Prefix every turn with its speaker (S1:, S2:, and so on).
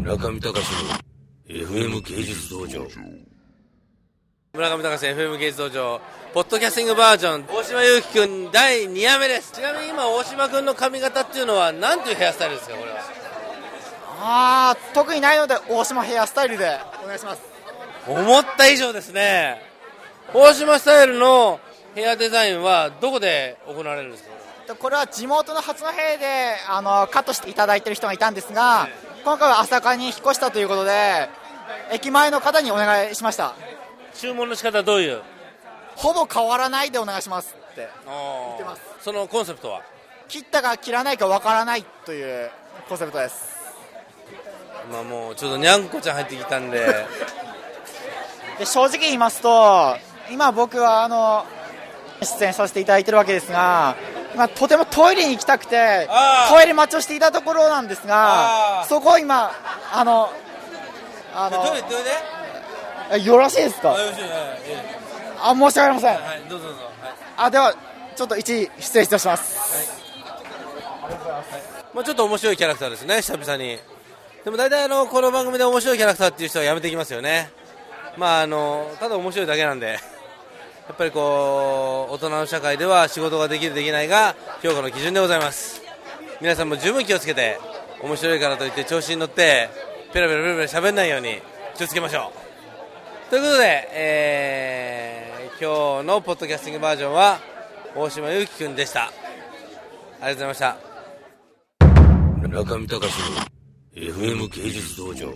S1: 村上隆の FM 芸術道場
S2: 村上隆 FM 芸術道場ポッドキャスティングバージョン大島優樹くん第2夜目ですちなみに今大島くんの髪型っていうのは何というヘアスタイルですかこれは
S3: あー特にないので大島ヘアスタイルでお願いします
S2: 思った以上ですね大島スタイルのヘアデザインはどこで行われるんですか
S3: とこれは地元の八戸であのカットしていただいてる人がいたんですが今回は朝霞に引っ越したということで駅前の方にお願いしました
S2: 注文の仕方はどういう
S3: ほぼ変わらないでお願いしますって
S2: 言って
S3: ます
S2: そのコンセプトは
S3: 切ったか切らないかわからないというコンセプトです
S2: まあもうちょっとにゃんこちゃん入ってきたん で
S3: で正直言いますと今僕はあの出演させていただいてるわけですが、まあ、とてもトイレに行きたくて
S2: あー
S3: トイレ待ちをしていたところなんです
S2: あ
S3: が
S2: ー
S3: そこを今あのあの
S2: どれどれで
S3: えよろしいです
S2: あ
S3: か
S2: よろしいは
S3: あ申し訳ありません
S2: いはいどうぞどうぞはい
S3: あではちょっと一時失礼いたします
S2: まあ、ちょっと面白いキャラクターですね、久々に。でも大体あの、この番組で面白いキャラクターっていう人はやめていきますよね。まああの、ただ面白いだけなんで、やっぱりこう、大人の社会では仕事ができるできないが評価の基準でございます。皆さんも十分気をつけて、面白いからといって調子に乗って、ペラペラペラペラ喋んないように気をつけましょう。ということで、えー、今日のポッドキャスティングバージョンは、大島優樹くんでした。ありがとうございました。
S1: 村上隆の FM 芸術道場